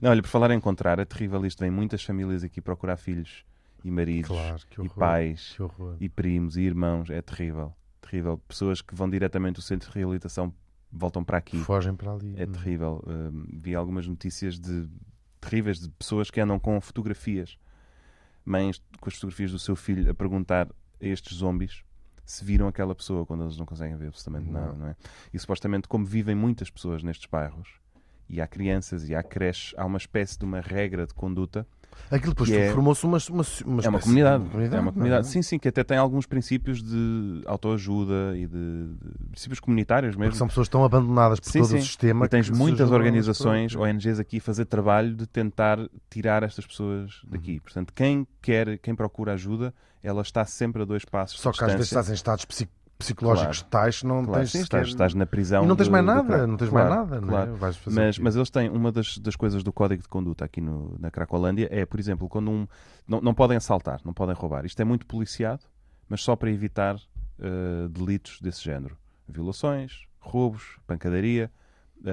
[SPEAKER 2] Não, olha, por falar em encontrar, é terrível isto. Vem muitas famílias aqui procurar filhos e maridos
[SPEAKER 1] Claro, que
[SPEAKER 2] e
[SPEAKER 1] horror.
[SPEAKER 2] pais
[SPEAKER 1] Que horror.
[SPEAKER 2] e primos e irmãos. É terrível, terrível. Pessoas que vão diretamente do centro de reabilitação voltam para aqui.
[SPEAKER 1] Fogem para ali.
[SPEAKER 2] É terrível. Hum, vi algumas notícias de terríveis de pessoas que andam com fotografias, mães com as fotografias do seu filho a perguntar a estes zombies se viram aquela pessoa quando eles não conseguem ver absolutamente nada, não é? E supostamente, como vivem muitas pessoas nestes bairros, e há crianças e há creches, há uma espécie de uma regra de conduta.
[SPEAKER 1] Aquilo depois
[SPEAKER 2] E é-
[SPEAKER 1] formou-se uma, uma, uma
[SPEAKER 2] é
[SPEAKER 1] espécie
[SPEAKER 2] uma
[SPEAKER 1] de
[SPEAKER 2] comunidade, É
[SPEAKER 1] não
[SPEAKER 2] uma comunidade. Sim, sim, que até tem alguns princípios de autoajuda e de, de princípios comunitários mesmo.
[SPEAKER 1] Porque são pessoas tão abandonadas por
[SPEAKER 2] Sim,
[SPEAKER 1] todo
[SPEAKER 2] sim.
[SPEAKER 1] o sistema.
[SPEAKER 2] E tens
[SPEAKER 1] que se
[SPEAKER 2] muitas
[SPEAKER 1] ajudam
[SPEAKER 2] organizações,
[SPEAKER 1] elas
[SPEAKER 2] ONGs aqui a fazer trabalho de tentar tirar estas pessoas
[SPEAKER 1] Uhum.
[SPEAKER 2] daqui. Portanto, quem quer, quem procura ajuda, ela está sempre a dois passos.
[SPEAKER 1] todas.
[SPEAKER 2] de
[SPEAKER 1] Só que às vezes estás
[SPEAKER 2] distância.
[SPEAKER 1] em estados psic- psicológicos
[SPEAKER 2] Claro.
[SPEAKER 1] tais que não
[SPEAKER 2] Claro,
[SPEAKER 1] tens
[SPEAKER 2] sim,
[SPEAKER 1] sequer-
[SPEAKER 2] estás, estás na prisão.
[SPEAKER 1] E não tens
[SPEAKER 2] de-
[SPEAKER 1] mais
[SPEAKER 2] de
[SPEAKER 1] nada,
[SPEAKER 2] crack.
[SPEAKER 1] não tens
[SPEAKER 2] Claro,
[SPEAKER 1] mais nada,
[SPEAKER 2] claro.
[SPEAKER 1] não é? Vais fazer
[SPEAKER 2] Mas,
[SPEAKER 1] o quê?
[SPEAKER 2] mas eles têm uma das, das coisas do código de conduta aqui no- na Cracolândia é, por exemplo, quando um. Não, não podem assaltar, não podem roubar. Isto é muito policiado, mas só para evitar eh, delitos desse género: violações, roubos, pancadaria.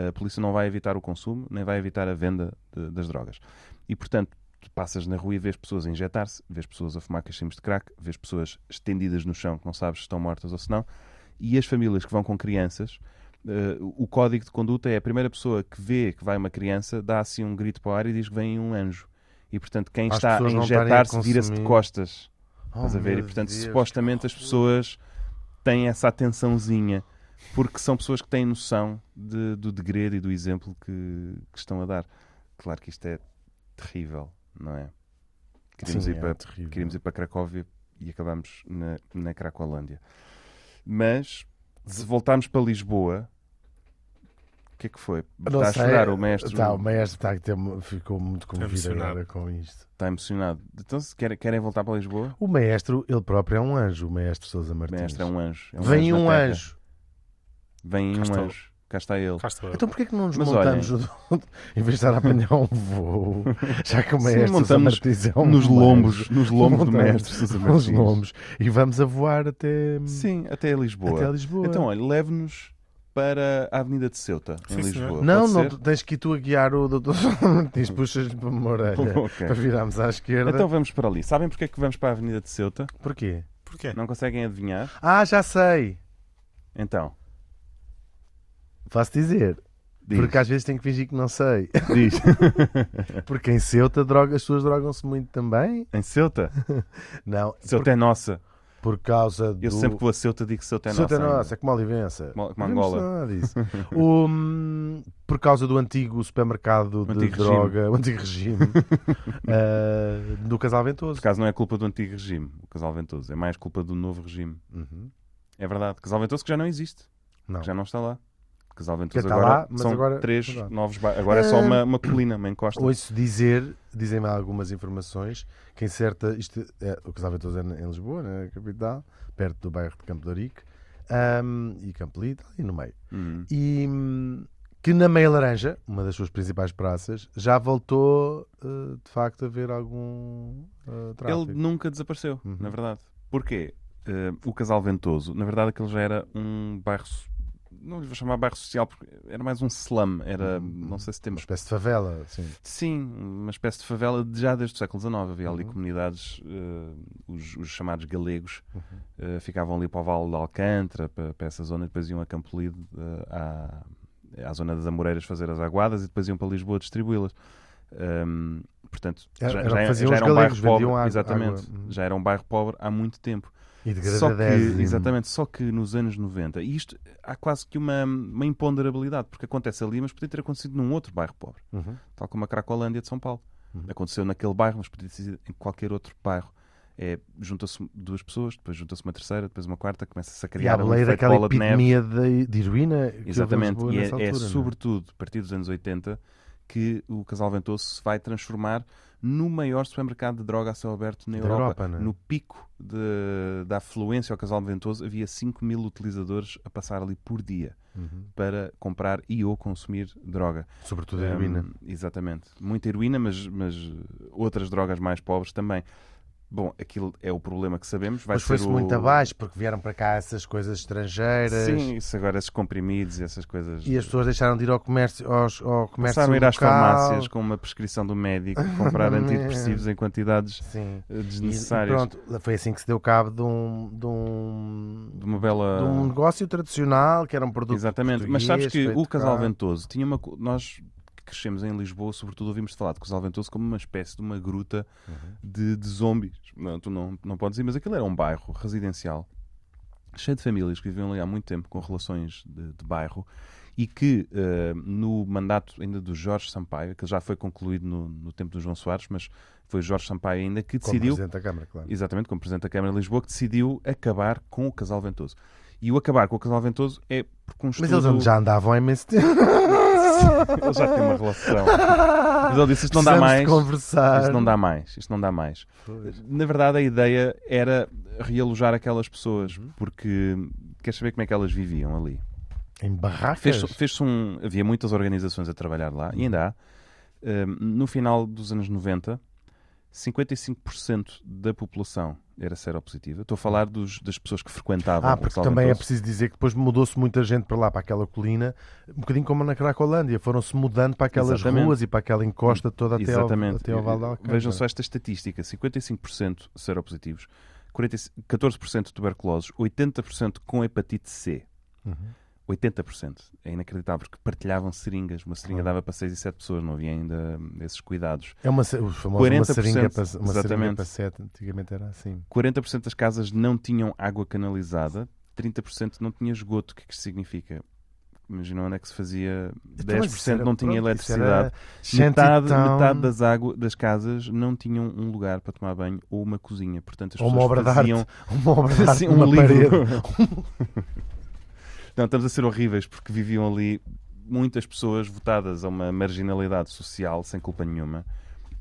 [SPEAKER 2] A polícia não vai evitar o consumo, nem vai evitar a venda de- das drogas. E, portanto, tu passas na rua e vês pessoas a injetar-se, vês pessoas a fumar cachimos de crack, vês pessoas estendidas no chão que não sabes se estão mortas ou se não. E as famílias que vão com crianças, eh, o código de conduta é a primeira pessoa que vê que vai uma criança, dá assim um grito para o ar e diz que vem um anjo. E, portanto, quem
[SPEAKER 1] Para as
[SPEAKER 2] está a
[SPEAKER 1] pessoas não estarem a
[SPEAKER 2] injetar-se vira-se de
[SPEAKER 1] consumir.
[SPEAKER 2] costas.
[SPEAKER 1] Oh,
[SPEAKER 2] Estás a ver? E
[SPEAKER 1] meu
[SPEAKER 2] portanto,
[SPEAKER 1] Deus,
[SPEAKER 2] supostamente as pessoas têm essa atençãozinha porque são pessoas que têm noção de- do degredo e do exemplo que, que estão a dar. Claro que isto é terrível, não é? Queríamos,
[SPEAKER 1] Sim,
[SPEAKER 2] ir,
[SPEAKER 1] é
[SPEAKER 2] para,
[SPEAKER 1] terrível.
[SPEAKER 2] queríamos ir para Cracóvia e acabamos na, na Cracolândia. Mas se voltarmos para Lisboa, que é que foi?
[SPEAKER 1] Não
[SPEAKER 2] Está a
[SPEAKER 1] sei.
[SPEAKER 2] chorar o mestre,
[SPEAKER 1] Tá, o maestro tá, que tem- ficou muito comovido
[SPEAKER 3] Emocionado.
[SPEAKER 1] agora com isto.
[SPEAKER 2] está emocionado. Então, se querem, querem voltar para Lisboa,
[SPEAKER 1] O maestro, ele próprio é um anjo, o maestro Sousa
[SPEAKER 2] o
[SPEAKER 1] Martins.
[SPEAKER 2] mestre é um anjo. É um
[SPEAKER 1] Vem
[SPEAKER 2] anjo na
[SPEAKER 1] um
[SPEAKER 2] terra.
[SPEAKER 1] anjo.
[SPEAKER 2] Vem
[SPEAKER 3] Cá
[SPEAKER 2] um
[SPEAKER 3] está-
[SPEAKER 2] anjo. Cá está ele.
[SPEAKER 3] Cá estou eu.
[SPEAKER 1] Então porquê que não nos
[SPEAKER 2] Mas
[SPEAKER 1] montamos em vez de estar a apanhar um voo? Já que o
[SPEAKER 2] Sim,
[SPEAKER 1] maestro Sousa
[SPEAKER 2] montamos
[SPEAKER 1] Martins é um
[SPEAKER 2] nos
[SPEAKER 1] anjo.
[SPEAKER 2] lombos, nos lombos do
[SPEAKER 1] Montamos
[SPEAKER 2] mestre Sousa
[SPEAKER 1] Nos
[SPEAKER 2] Martins.
[SPEAKER 1] lombos. E vamos a voar até,
[SPEAKER 2] Sim, até Lisboa.
[SPEAKER 1] até Lisboa.
[SPEAKER 2] Então, olha, leve-nos para a Avenida de Ceuta, em
[SPEAKER 3] Sim, senhor.
[SPEAKER 2] Lisboa.
[SPEAKER 1] não,
[SPEAKER 2] Pode
[SPEAKER 1] não,
[SPEAKER 2] ser?
[SPEAKER 1] tu- tens que ir tu a guiar o doutor Sousa Martins. Puxas-lhe para uma orelha
[SPEAKER 2] Ok.
[SPEAKER 1] para virarmos à esquerda.
[SPEAKER 2] Então vamos para ali. Sabem porque é que vamos para a Avenida de Ceuta?
[SPEAKER 1] Porquê?
[SPEAKER 3] Porquê?
[SPEAKER 2] Não conseguem adivinhar?
[SPEAKER 1] Ah, já sei.
[SPEAKER 2] Então,
[SPEAKER 1] Posso dizer.
[SPEAKER 2] diz.
[SPEAKER 1] Porque às vezes tenho que fingir que não sei.
[SPEAKER 2] diz.
[SPEAKER 1] Porque em Ceuta droga, as pessoas drogam-se muito também.
[SPEAKER 2] em Ceuta?
[SPEAKER 1] Não,
[SPEAKER 2] Ceuta é nossa.
[SPEAKER 1] por, por causa do...
[SPEAKER 2] Eu sempre que vou a Ceuta digo que Ceuta é
[SPEAKER 1] Ceuta é
[SPEAKER 2] nossa.
[SPEAKER 1] nossa, é como a Olivença.
[SPEAKER 2] Mo-
[SPEAKER 1] Não
[SPEAKER 2] como Angola.
[SPEAKER 1] vimos nada disso. O, hum, por causa do antigo supermercado de
[SPEAKER 2] antigo
[SPEAKER 1] droga, o antigo regime, eh, do Casal Ventoso.
[SPEAKER 2] Por acaso não é culpa do antigo regime, o Casal Ventoso. É mais culpa do novo regime.
[SPEAKER 1] Uhum.
[SPEAKER 2] É verdade. Casal Ventoso que já não existe.
[SPEAKER 1] Não.
[SPEAKER 2] Que já não está lá. Casal
[SPEAKER 1] Já
[SPEAKER 2] Ventoso
[SPEAKER 1] está
[SPEAKER 2] agora
[SPEAKER 1] lá, mas
[SPEAKER 2] são
[SPEAKER 1] agora-
[SPEAKER 2] três
[SPEAKER 1] Verdade.
[SPEAKER 2] novos bairros. Agora é só uma, uma colina, uma encosta.
[SPEAKER 1] Ouço dizer, dizem-me algumas informações, que em certa. Isto é, o Casal Ventoso é em Lisboa, na capital, perto do bairro de Campo de Ourique, hum, e Campo Lido, ali no meio.
[SPEAKER 2] Uhum.
[SPEAKER 1] e hum, que na Meia Laranja, uma das suas principais praças, já voltou eh, de facto a haver algum eh, tráfego.
[SPEAKER 2] Ele nunca desapareceu,
[SPEAKER 1] Uhum.
[SPEAKER 2] na verdade. Porquê? Eh, o Casal Ventoso, na verdade, aquele já era um bairro. so- Não lhe vou chamar bairro social, porque era mais um slum. Era,
[SPEAKER 1] Uhum.
[SPEAKER 2] não sei se
[SPEAKER 1] Uma
[SPEAKER 2] temos.
[SPEAKER 1] espécie de favela, assim, sim.
[SPEAKER 2] Sim, uma espécie de favela de- já desde o século XIX. Havia ali
[SPEAKER 1] Uhum.
[SPEAKER 2] comunidades, eh, os, os chamados galegos, eh, ficavam ali para o Vale de Alcântara, para, para essa zona, e depois iam a Campolide, eh, à, à zona das Amoreiras, fazer as aguadas, e depois iam para Lisboa distribuí-las. Ehm, portanto,
[SPEAKER 1] Era-
[SPEAKER 2] já,
[SPEAKER 1] era o
[SPEAKER 2] já
[SPEAKER 1] que
[SPEAKER 2] era-
[SPEAKER 1] faziam
[SPEAKER 2] já
[SPEAKER 1] os
[SPEAKER 2] era um
[SPEAKER 1] galegos,
[SPEAKER 2] bairro pobre,
[SPEAKER 1] vendiam água-
[SPEAKER 2] exatamente,
[SPEAKER 1] água. Uhum.
[SPEAKER 2] já era um bairro pobre há muito tempo.
[SPEAKER 1] E de
[SPEAKER 2] Só que,
[SPEAKER 1] gradadésimo.
[SPEAKER 2] exatamente, só que nos anos 90, e isto há quase que uma, uma imponderabilidade, porque acontece ali, mas podia ter acontecido num outro bairro pobre,
[SPEAKER 1] Uhum.
[SPEAKER 2] tal como a Cracolândia de São Paulo. Aconteceu naquele bairro, mas podia ter sido em qualquer outro bairro. É, junta-se duas pessoas, depois junta-se uma terceira, depois uma quarta, começa-se a
[SPEAKER 1] E há
[SPEAKER 2] criar um
[SPEAKER 1] boleia
[SPEAKER 2] efeito
[SPEAKER 1] daquela
[SPEAKER 2] bola de neve.
[SPEAKER 1] epidemia de, de heroína que houve em
[SPEAKER 2] Exatamente,
[SPEAKER 1] Lisboa
[SPEAKER 2] e é,
[SPEAKER 1] nessa
[SPEAKER 2] é
[SPEAKER 1] altura, não
[SPEAKER 2] sobretudo a partir dos anos 80 que o Casal Ventoso se vai transformar no maior supermercado de droga a céu aberto na
[SPEAKER 1] Da
[SPEAKER 2] Europa.
[SPEAKER 1] Europa, não é?
[SPEAKER 2] No pico de- da afluência ao Casal Ventoso havia 5 mil utilizadores a passar ali por dia
[SPEAKER 1] Uhum.
[SPEAKER 2] para comprar e ou consumir droga.
[SPEAKER 1] Sobretudo a é heroína.
[SPEAKER 2] Hum, exatamente. Muita heroína, mas, mas outras drogas mais pobres também. Bom, aquilo é o problema que sabemos. Vai
[SPEAKER 1] Mas foi-se
[SPEAKER 2] ser o...
[SPEAKER 1] muito abaixo, porque vieram para cá essas coisas estrangeiras.
[SPEAKER 2] Sim, isso agora, esses comprimidos e essas coisas.
[SPEAKER 1] E as pessoas deixaram de ir ao comércio, aos, ao comércio
[SPEAKER 2] Começaram a ir às
[SPEAKER 1] local.
[SPEAKER 2] farmácias com uma prescrição do médico, comprar antidepressivos em quantidades
[SPEAKER 1] Sim.
[SPEAKER 2] eh,
[SPEAKER 1] E- E,
[SPEAKER 2] desnecessárias.
[SPEAKER 1] pronto, foi assim que se deu cabo de um- de um,
[SPEAKER 2] De uma bela.
[SPEAKER 1] de um negócio tradicional que era um produto
[SPEAKER 2] Exatamente.
[SPEAKER 1] português,
[SPEAKER 2] Mas sabes que
[SPEAKER 1] feito
[SPEAKER 2] o Casal
[SPEAKER 1] cá.
[SPEAKER 2] Ventoso tinha uma. co- Nós que crescemos em Lisboa, sobretudo ouvimos falar de Casal Ventoso como uma espécie de uma gruta
[SPEAKER 1] Uhum.
[SPEAKER 2] de, de zombies. Não, tu não, não podes ir, mas aquilo era um bairro residencial cheio de famílias que viviam ali há muito tempo com relações de, de bairro e que eh, no mandato ainda do Jorge Sampaio, que já foi concluído no, no tempo do João Soares, mas foi Jorge Sampaio ainda que
[SPEAKER 1] Como
[SPEAKER 2] decidiu
[SPEAKER 1] Presidente da Câmara, claro.
[SPEAKER 2] exatamente, como Presidente da Câmara de Lisboa, que decidiu acabar com o Casal Ventoso. E o acabar com o Casal Ventoso é porque um
[SPEAKER 1] Mas
[SPEAKER 2] estudo...
[SPEAKER 1] eles já andavam há imenso tempo.
[SPEAKER 2] Eles já têm uma relação. Mas ele disse, isto não dá
[SPEAKER 1] Precisamos
[SPEAKER 2] mais,
[SPEAKER 1] de conversar.
[SPEAKER 2] isto não dá mais, isto não dá mais. Na verdade, a ideia era realojar aquelas pessoas,
[SPEAKER 1] Uhum.
[SPEAKER 2] porque queres saber como é que elas viviam ali?
[SPEAKER 1] Em barracas.
[SPEAKER 2] Fez- Fez-se um. Havia muitas organizações a trabalhar lá, e ainda há. Hum, no final dos anos 90, 55% da população era seropositiva. Estou a falar dos- das pessoas que frequentavam
[SPEAKER 1] Ah,
[SPEAKER 2] o
[SPEAKER 1] porque
[SPEAKER 2] Salvador.
[SPEAKER 1] também é preciso dizer que depois mudou-se muita gente para lá, para aquela colina, um bocadinho como na Cracolândia, foram-se mudando para aquelas
[SPEAKER 2] Exatamente.
[SPEAKER 1] ruas e para aquela encosta toda até ao,
[SPEAKER 2] Exatamente.
[SPEAKER 1] até ao Val de Alcântara.
[SPEAKER 2] Vejam só esta estatística: 55% seropositivos, 40 14% tuberculosos, 80% com hepatite C.
[SPEAKER 1] Uhum.
[SPEAKER 2] 80%. É inacreditável, porque partilhavam seringas. Uma seringa dava para 6 e 7 pessoas, não havia ainda hum, esses cuidados.
[SPEAKER 1] É uma, se- os famosos, uma
[SPEAKER 2] 40%,
[SPEAKER 1] seringa para, uma seringa
[SPEAKER 2] exatamente.
[SPEAKER 1] para sete, antigamente era assim.
[SPEAKER 2] 40% das casas não tinham água canalizada, 30% não tinha esgoto. O que é que isto significa? Imagina onde é que se fazia.
[SPEAKER 1] Então,
[SPEAKER 2] 10% não tinha eletricidade. Metade, metade das, água, das casas não tinham um lugar para tomar banho ou uma cozinha. Portanto, as
[SPEAKER 1] Ou uma
[SPEAKER 2] pessoas
[SPEAKER 1] obra de arte,
[SPEAKER 2] faziam
[SPEAKER 1] uma obra de arte,
[SPEAKER 2] faziam
[SPEAKER 1] uma
[SPEAKER 2] um livro.
[SPEAKER 1] parede.
[SPEAKER 2] não, estamos a ser horríveis porque viviam ali muitas pessoas votadas a uma marginalidade social sem culpa nenhuma,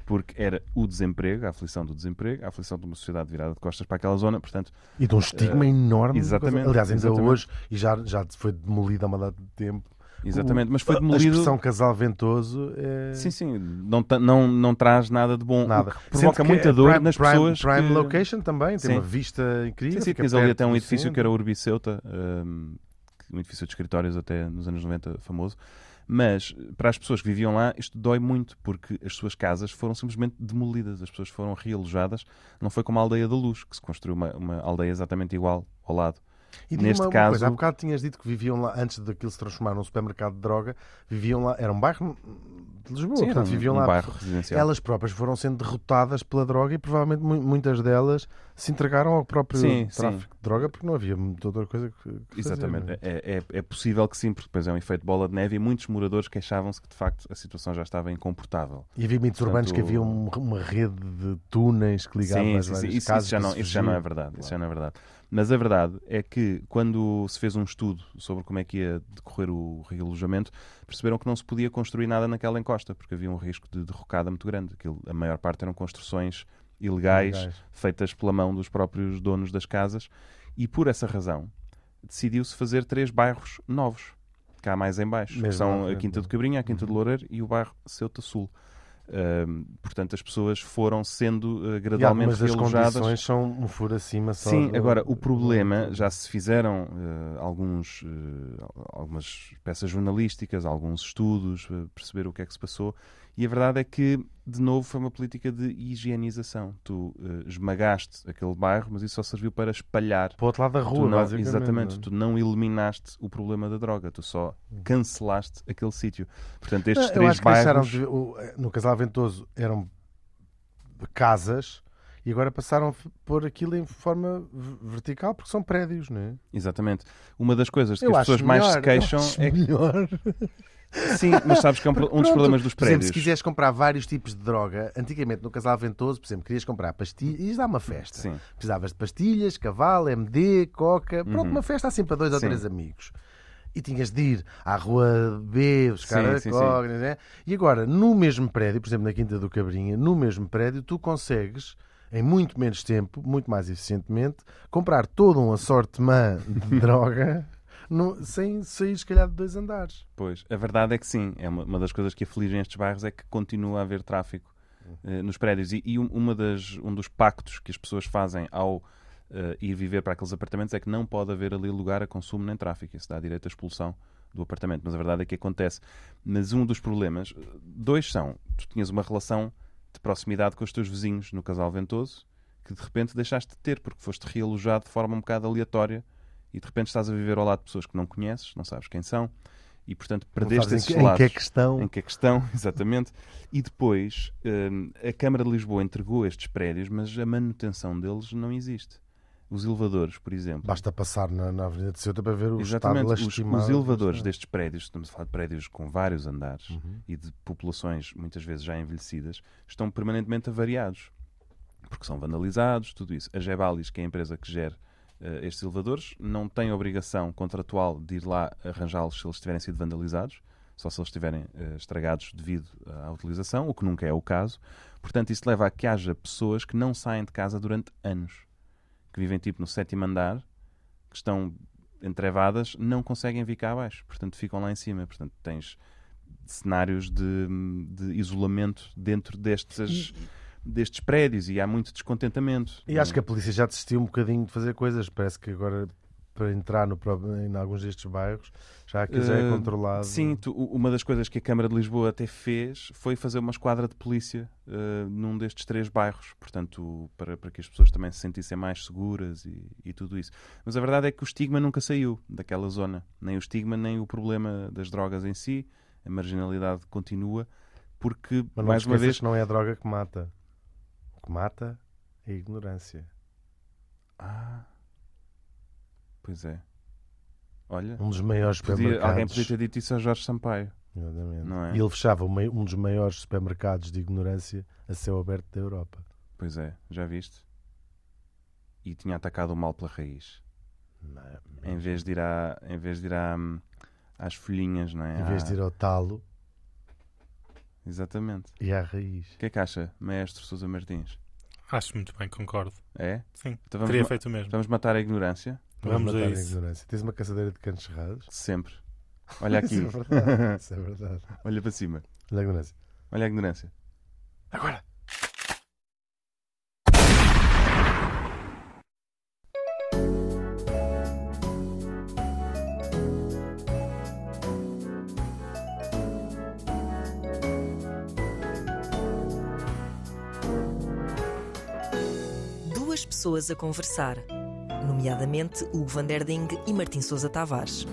[SPEAKER 2] porque era o desemprego, a aflição do desemprego, a aflição de uma sociedade virada de costas para aquela zona, portanto,
[SPEAKER 1] E de um estigma enorme.
[SPEAKER 2] É, exatamente,
[SPEAKER 1] Coisa- Aliás, ainda
[SPEAKER 2] exatamente.
[SPEAKER 1] hoje, e já, já foi demolida há uma data de tempo.
[SPEAKER 2] exatamente, mas foi
[SPEAKER 1] A
[SPEAKER 2] demolido.
[SPEAKER 1] expressão casal ventoso é.
[SPEAKER 2] Sim, sim, não, ta- não, não traz nada de bom. o
[SPEAKER 1] Nada.
[SPEAKER 2] que provoca
[SPEAKER 1] Sendo que
[SPEAKER 2] muita
[SPEAKER 1] é
[SPEAKER 2] dor
[SPEAKER 1] prime-
[SPEAKER 2] nas
[SPEAKER 1] prime-
[SPEAKER 2] pessoas.
[SPEAKER 1] Prime
[SPEAKER 2] que-
[SPEAKER 1] location também, tem
[SPEAKER 2] Sim.
[SPEAKER 1] uma vista incrível.
[SPEAKER 2] Sim, sim,
[SPEAKER 1] fica
[SPEAKER 2] tinhas ali
[SPEAKER 1] perto
[SPEAKER 2] até um
[SPEAKER 1] do
[SPEAKER 2] edifício
[SPEAKER 1] centro.
[SPEAKER 2] que era o Urbiceuta, hum, que- um edifício de escritórios até nos anos 90 famoso. Mas para as pessoas que viviam lá, isto dói muito, porque as suas casas foram simplesmente demolidas, as pessoas foram realojadas. Não foi como a Aldeia da Luz, que se construiu uma, uma aldeia exatamente igual ao lado.
[SPEAKER 1] E diz-me
[SPEAKER 2] Neste
[SPEAKER 1] uma
[SPEAKER 2] caso-
[SPEAKER 1] Coisa, há bocado tinhas dito que viviam lá, antes daquilo se transformar num supermercado de droga, viviam lá. Era um bairro de Lisboa,
[SPEAKER 2] Sim, era
[SPEAKER 1] portanto,
[SPEAKER 2] um-
[SPEAKER 1] viviam
[SPEAKER 2] um
[SPEAKER 1] lá.
[SPEAKER 2] bairro residencial.
[SPEAKER 1] Elas próprias foram sendo derrotadas pela droga e provavelmente mu- muitas delas se entregaram ao próprio
[SPEAKER 2] Sim,
[SPEAKER 1] tráfico de droga porque não havia muita outra coisa que. que fazer, não
[SPEAKER 2] Exatamente.
[SPEAKER 1] é?
[SPEAKER 2] É, é, é possível que sim, porque depois é um efeito bola de neve e muitos moradores queixavam-se que de facto a situação já estava incomportável.
[SPEAKER 1] E havia mitos urbanos que
[SPEAKER 2] Portanto,
[SPEAKER 1] havia um- uma rede de túneis que ligavam
[SPEAKER 2] Sim,
[SPEAKER 1] as
[SPEAKER 2] sim, sim.
[SPEAKER 1] várias
[SPEAKER 2] Isso, isso
[SPEAKER 1] casas.
[SPEAKER 2] já
[SPEAKER 1] para
[SPEAKER 2] não, isso já não é
[SPEAKER 1] surgir.
[SPEAKER 2] verdade. Isso já não é verdade. Mas a verdade é que quando se fez um estudo sobre como é que ia decorrer o realojamento, perceberam que não se podia construir nada naquela encosta, porque havia um risco de derrocada muito grande. Aquilo, a maior parte eram construções ilegais,
[SPEAKER 1] Ilegais.
[SPEAKER 2] feitas pela mão dos próprios donos das casas, e por essa razão decidiu-se fazer três bairros novos, cá mais em baixo, que
[SPEAKER 1] Mesmo à
[SPEAKER 2] são a
[SPEAKER 1] frente,
[SPEAKER 2] Quinta
[SPEAKER 1] não é?
[SPEAKER 2] do Cabrinha, a Quinta do Loureiro e o bairro Ceuta Sul. Ahm, portanto, as pessoas foram sendo eh,
[SPEAKER 1] E
[SPEAKER 2] gradualmente
[SPEAKER 1] algumas das
[SPEAKER 2] realojadas.
[SPEAKER 1] condições são um furo acima só.
[SPEAKER 2] Sim,
[SPEAKER 1] do-
[SPEAKER 2] agora o problema já se fizeram eh, alguns, eh, algumas peças jornalísticas, alguns estudos, eh, perceber o que é que se passou, e a verdade é que, de novo, foi uma política de higienização. Tu eh, esmagaste aquele bairro, mas isso só serviu para espalhar.
[SPEAKER 1] Para o outro lado da rua,
[SPEAKER 2] Tu não,
[SPEAKER 1] basicamente,
[SPEAKER 2] exatamente,
[SPEAKER 1] não é?
[SPEAKER 2] tu não eliminaste o problema da droga, tu só cancelaste aquele sítio. Portanto, estes
[SPEAKER 1] Não, eu
[SPEAKER 2] três
[SPEAKER 1] acho que um deixaram
[SPEAKER 2] bairros.
[SPEAKER 1] de, o- eh, no Casal Ventoso eram casas e agora passaram a pôr aquilo em forma v- vertical porque são prédios, não é?
[SPEAKER 2] Exatamente. Uma das coisas de que
[SPEAKER 1] Eu
[SPEAKER 2] as
[SPEAKER 1] acho
[SPEAKER 2] pessoas mais se
[SPEAKER 1] melhor,
[SPEAKER 2] queixam
[SPEAKER 1] eu acho
[SPEAKER 2] é que.
[SPEAKER 1] melhor.
[SPEAKER 2] Sim, mas sabes que é um, pro- um dos
[SPEAKER 1] Pronto.
[SPEAKER 2] problemas dos
[SPEAKER 1] Por exemplo,
[SPEAKER 2] prédios.
[SPEAKER 1] se quiseres comprar vários tipos de droga, antigamente no Casal Ventoso, por exemplo, querias comprar pastilhas, ias dar uma festa.
[SPEAKER 2] Sim.
[SPEAKER 1] Precisavas de pastilhas, cavalo, MD, coca, pronto, uma festa assim para dois ou
[SPEAKER 2] Uhum. Sim.
[SPEAKER 1] três amigos. E tinhas de ir à rua B, buscar
[SPEAKER 2] Sim,
[SPEAKER 1] a
[SPEAKER 2] sim,
[SPEAKER 1] coca, né? E agora, no mesmo prédio, por exemplo, na Quinta do Cabrinha, no mesmo prédio, tu consegues, em muito menos tempo, muito mais eficientemente, comprar todo um assortimento de droga no- sem sair, se calhar, de dois andares.
[SPEAKER 2] Pois, a verdade é que sim. É uma, uma das coisas que afligem estes bairros é que continua a haver tráfico eh, nos prédios. E, e um, uma das, um dos pactos que as pessoas fazem ao eh, ir viver para aqueles apartamentos é que não pode haver ali lugar a consumo nem tráfico. Isso dá direito à expulsão do apartamento. Mas a verdade é que acontece. Mas um dos problemas, eh, dois são: tu tinhas uma relação de proximidade com os teus vizinhos no Casal Ventoso que de repente deixaste de ter porque foste realojado de forma um bocado aleatória e de repente estás a viver ao lado de pessoas que não conheces, não sabes quem são e portanto perdeste
[SPEAKER 1] Sabes
[SPEAKER 2] esses
[SPEAKER 1] em, que- em que é
[SPEAKER 2] laços.
[SPEAKER 1] que estão?
[SPEAKER 2] Em que é que estão, exatamente. E depois, hum, a Câmara de Lisboa entregou estes prédios, mas a manutenção deles não existe. Os elevadores, por exemplo.
[SPEAKER 1] Basta passar na, na Avenida de Ceuta para ver o estado
[SPEAKER 2] Exatamente, os,
[SPEAKER 1] lastimado.
[SPEAKER 2] os elevadores destes prédios, estamos a falar de prédios com vários andares e de populações muitas vezes já envelhecidas, estão permanentemente avariados, porque são vandalizados, tudo isso. A Gebalis, que é a empresa que gera eh, estes elevadores, não tem obrigação contratual de ir lá arranjá-los se eles tiverem sido vandalizados, só se eles estiverem eh, estragados devido à utilização, o que nunca é o caso. Portanto, isso leva a que haja pessoas que não saem de casa durante anos, que vivem tipo no sétimo andar, que estão entrevadas não conseguem vir cá abaixo, portanto ficam lá em cima. Portanto, tens cenários de, de isolamento dentro destes, destes prédios e há muito descontentamento.
[SPEAKER 1] E acho que a polícia já desistiu um bocadinho de fazer coisas. Parece que agora, para entrar no próprio, em alguns destes bairros, já aquilo já é
[SPEAKER 2] Eh,
[SPEAKER 1] controlado.
[SPEAKER 2] Sim, tu- u- uma das coisas que a Câmara de Lisboa até fez foi fazer uma esquadra de polícia eh, num destes três bairros, portanto, para, para que as pessoas também se sentissem mais seguras e, e tudo isso. Mas a verdade é que o estigma nunca saiu daquela zona, nem o estigma, nem o problema das drogas em si, a marginalidade continua, porque,
[SPEAKER 1] Mas não
[SPEAKER 2] mais uma vez,
[SPEAKER 1] que não é a droga que mata. O que mata é a ignorância.
[SPEAKER 2] Ah, pois é. Olha,
[SPEAKER 1] Um dos maiores
[SPEAKER 2] podia- alguém
[SPEAKER 1] supermercados.
[SPEAKER 2] podia ter dito isso a Jorge Sampaio.
[SPEAKER 1] Exatamente.
[SPEAKER 2] Não é?
[SPEAKER 1] E ele fechava uma- um dos maiores supermercados de ignorância a céu aberto da Europa.
[SPEAKER 2] Pois é, já viste? E tinha atacado o mal pela raiz.
[SPEAKER 1] Não é?
[SPEAKER 2] Em vez de ir à, em vez de ir à, às folhinhas, não é?
[SPEAKER 1] Em vez de ir ao talo
[SPEAKER 2] Ah, Exatamente.
[SPEAKER 1] e à raiz.
[SPEAKER 2] O que é que acha, Maestro Sousa Martins?
[SPEAKER 3] Acho muito bem, concordo.
[SPEAKER 2] É?
[SPEAKER 3] Sim,
[SPEAKER 2] Então vamos
[SPEAKER 3] teria
[SPEAKER 2] ma-
[SPEAKER 3] feito o mesmo.
[SPEAKER 2] Vamos matar a ignorância?
[SPEAKER 3] Vamos
[SPEAKER 1] matar
[SPEAKER 3] a
[SPEAKER 1] a
[SPEAKER 3] isso.
[SPEAKER 1] ignorância. Tens uma caçadeira de cantos cerrados?
[SPEAKER 2] Sempre. Olha aqui.
[SPEAKER 1] Isso é verdade. Isso é verdade.
[SPEAKER 2] Olha para cima.
[SPEAKER 1] Olha a ignorância.
[SPEAKER 2] Olha a ignorância.
[SPEAKER 1] Agora!
[SPEAKER 5] Duas pessoas a conversar, nomeadamente Hugo Van Der Ding e Martim Sousa Tavares.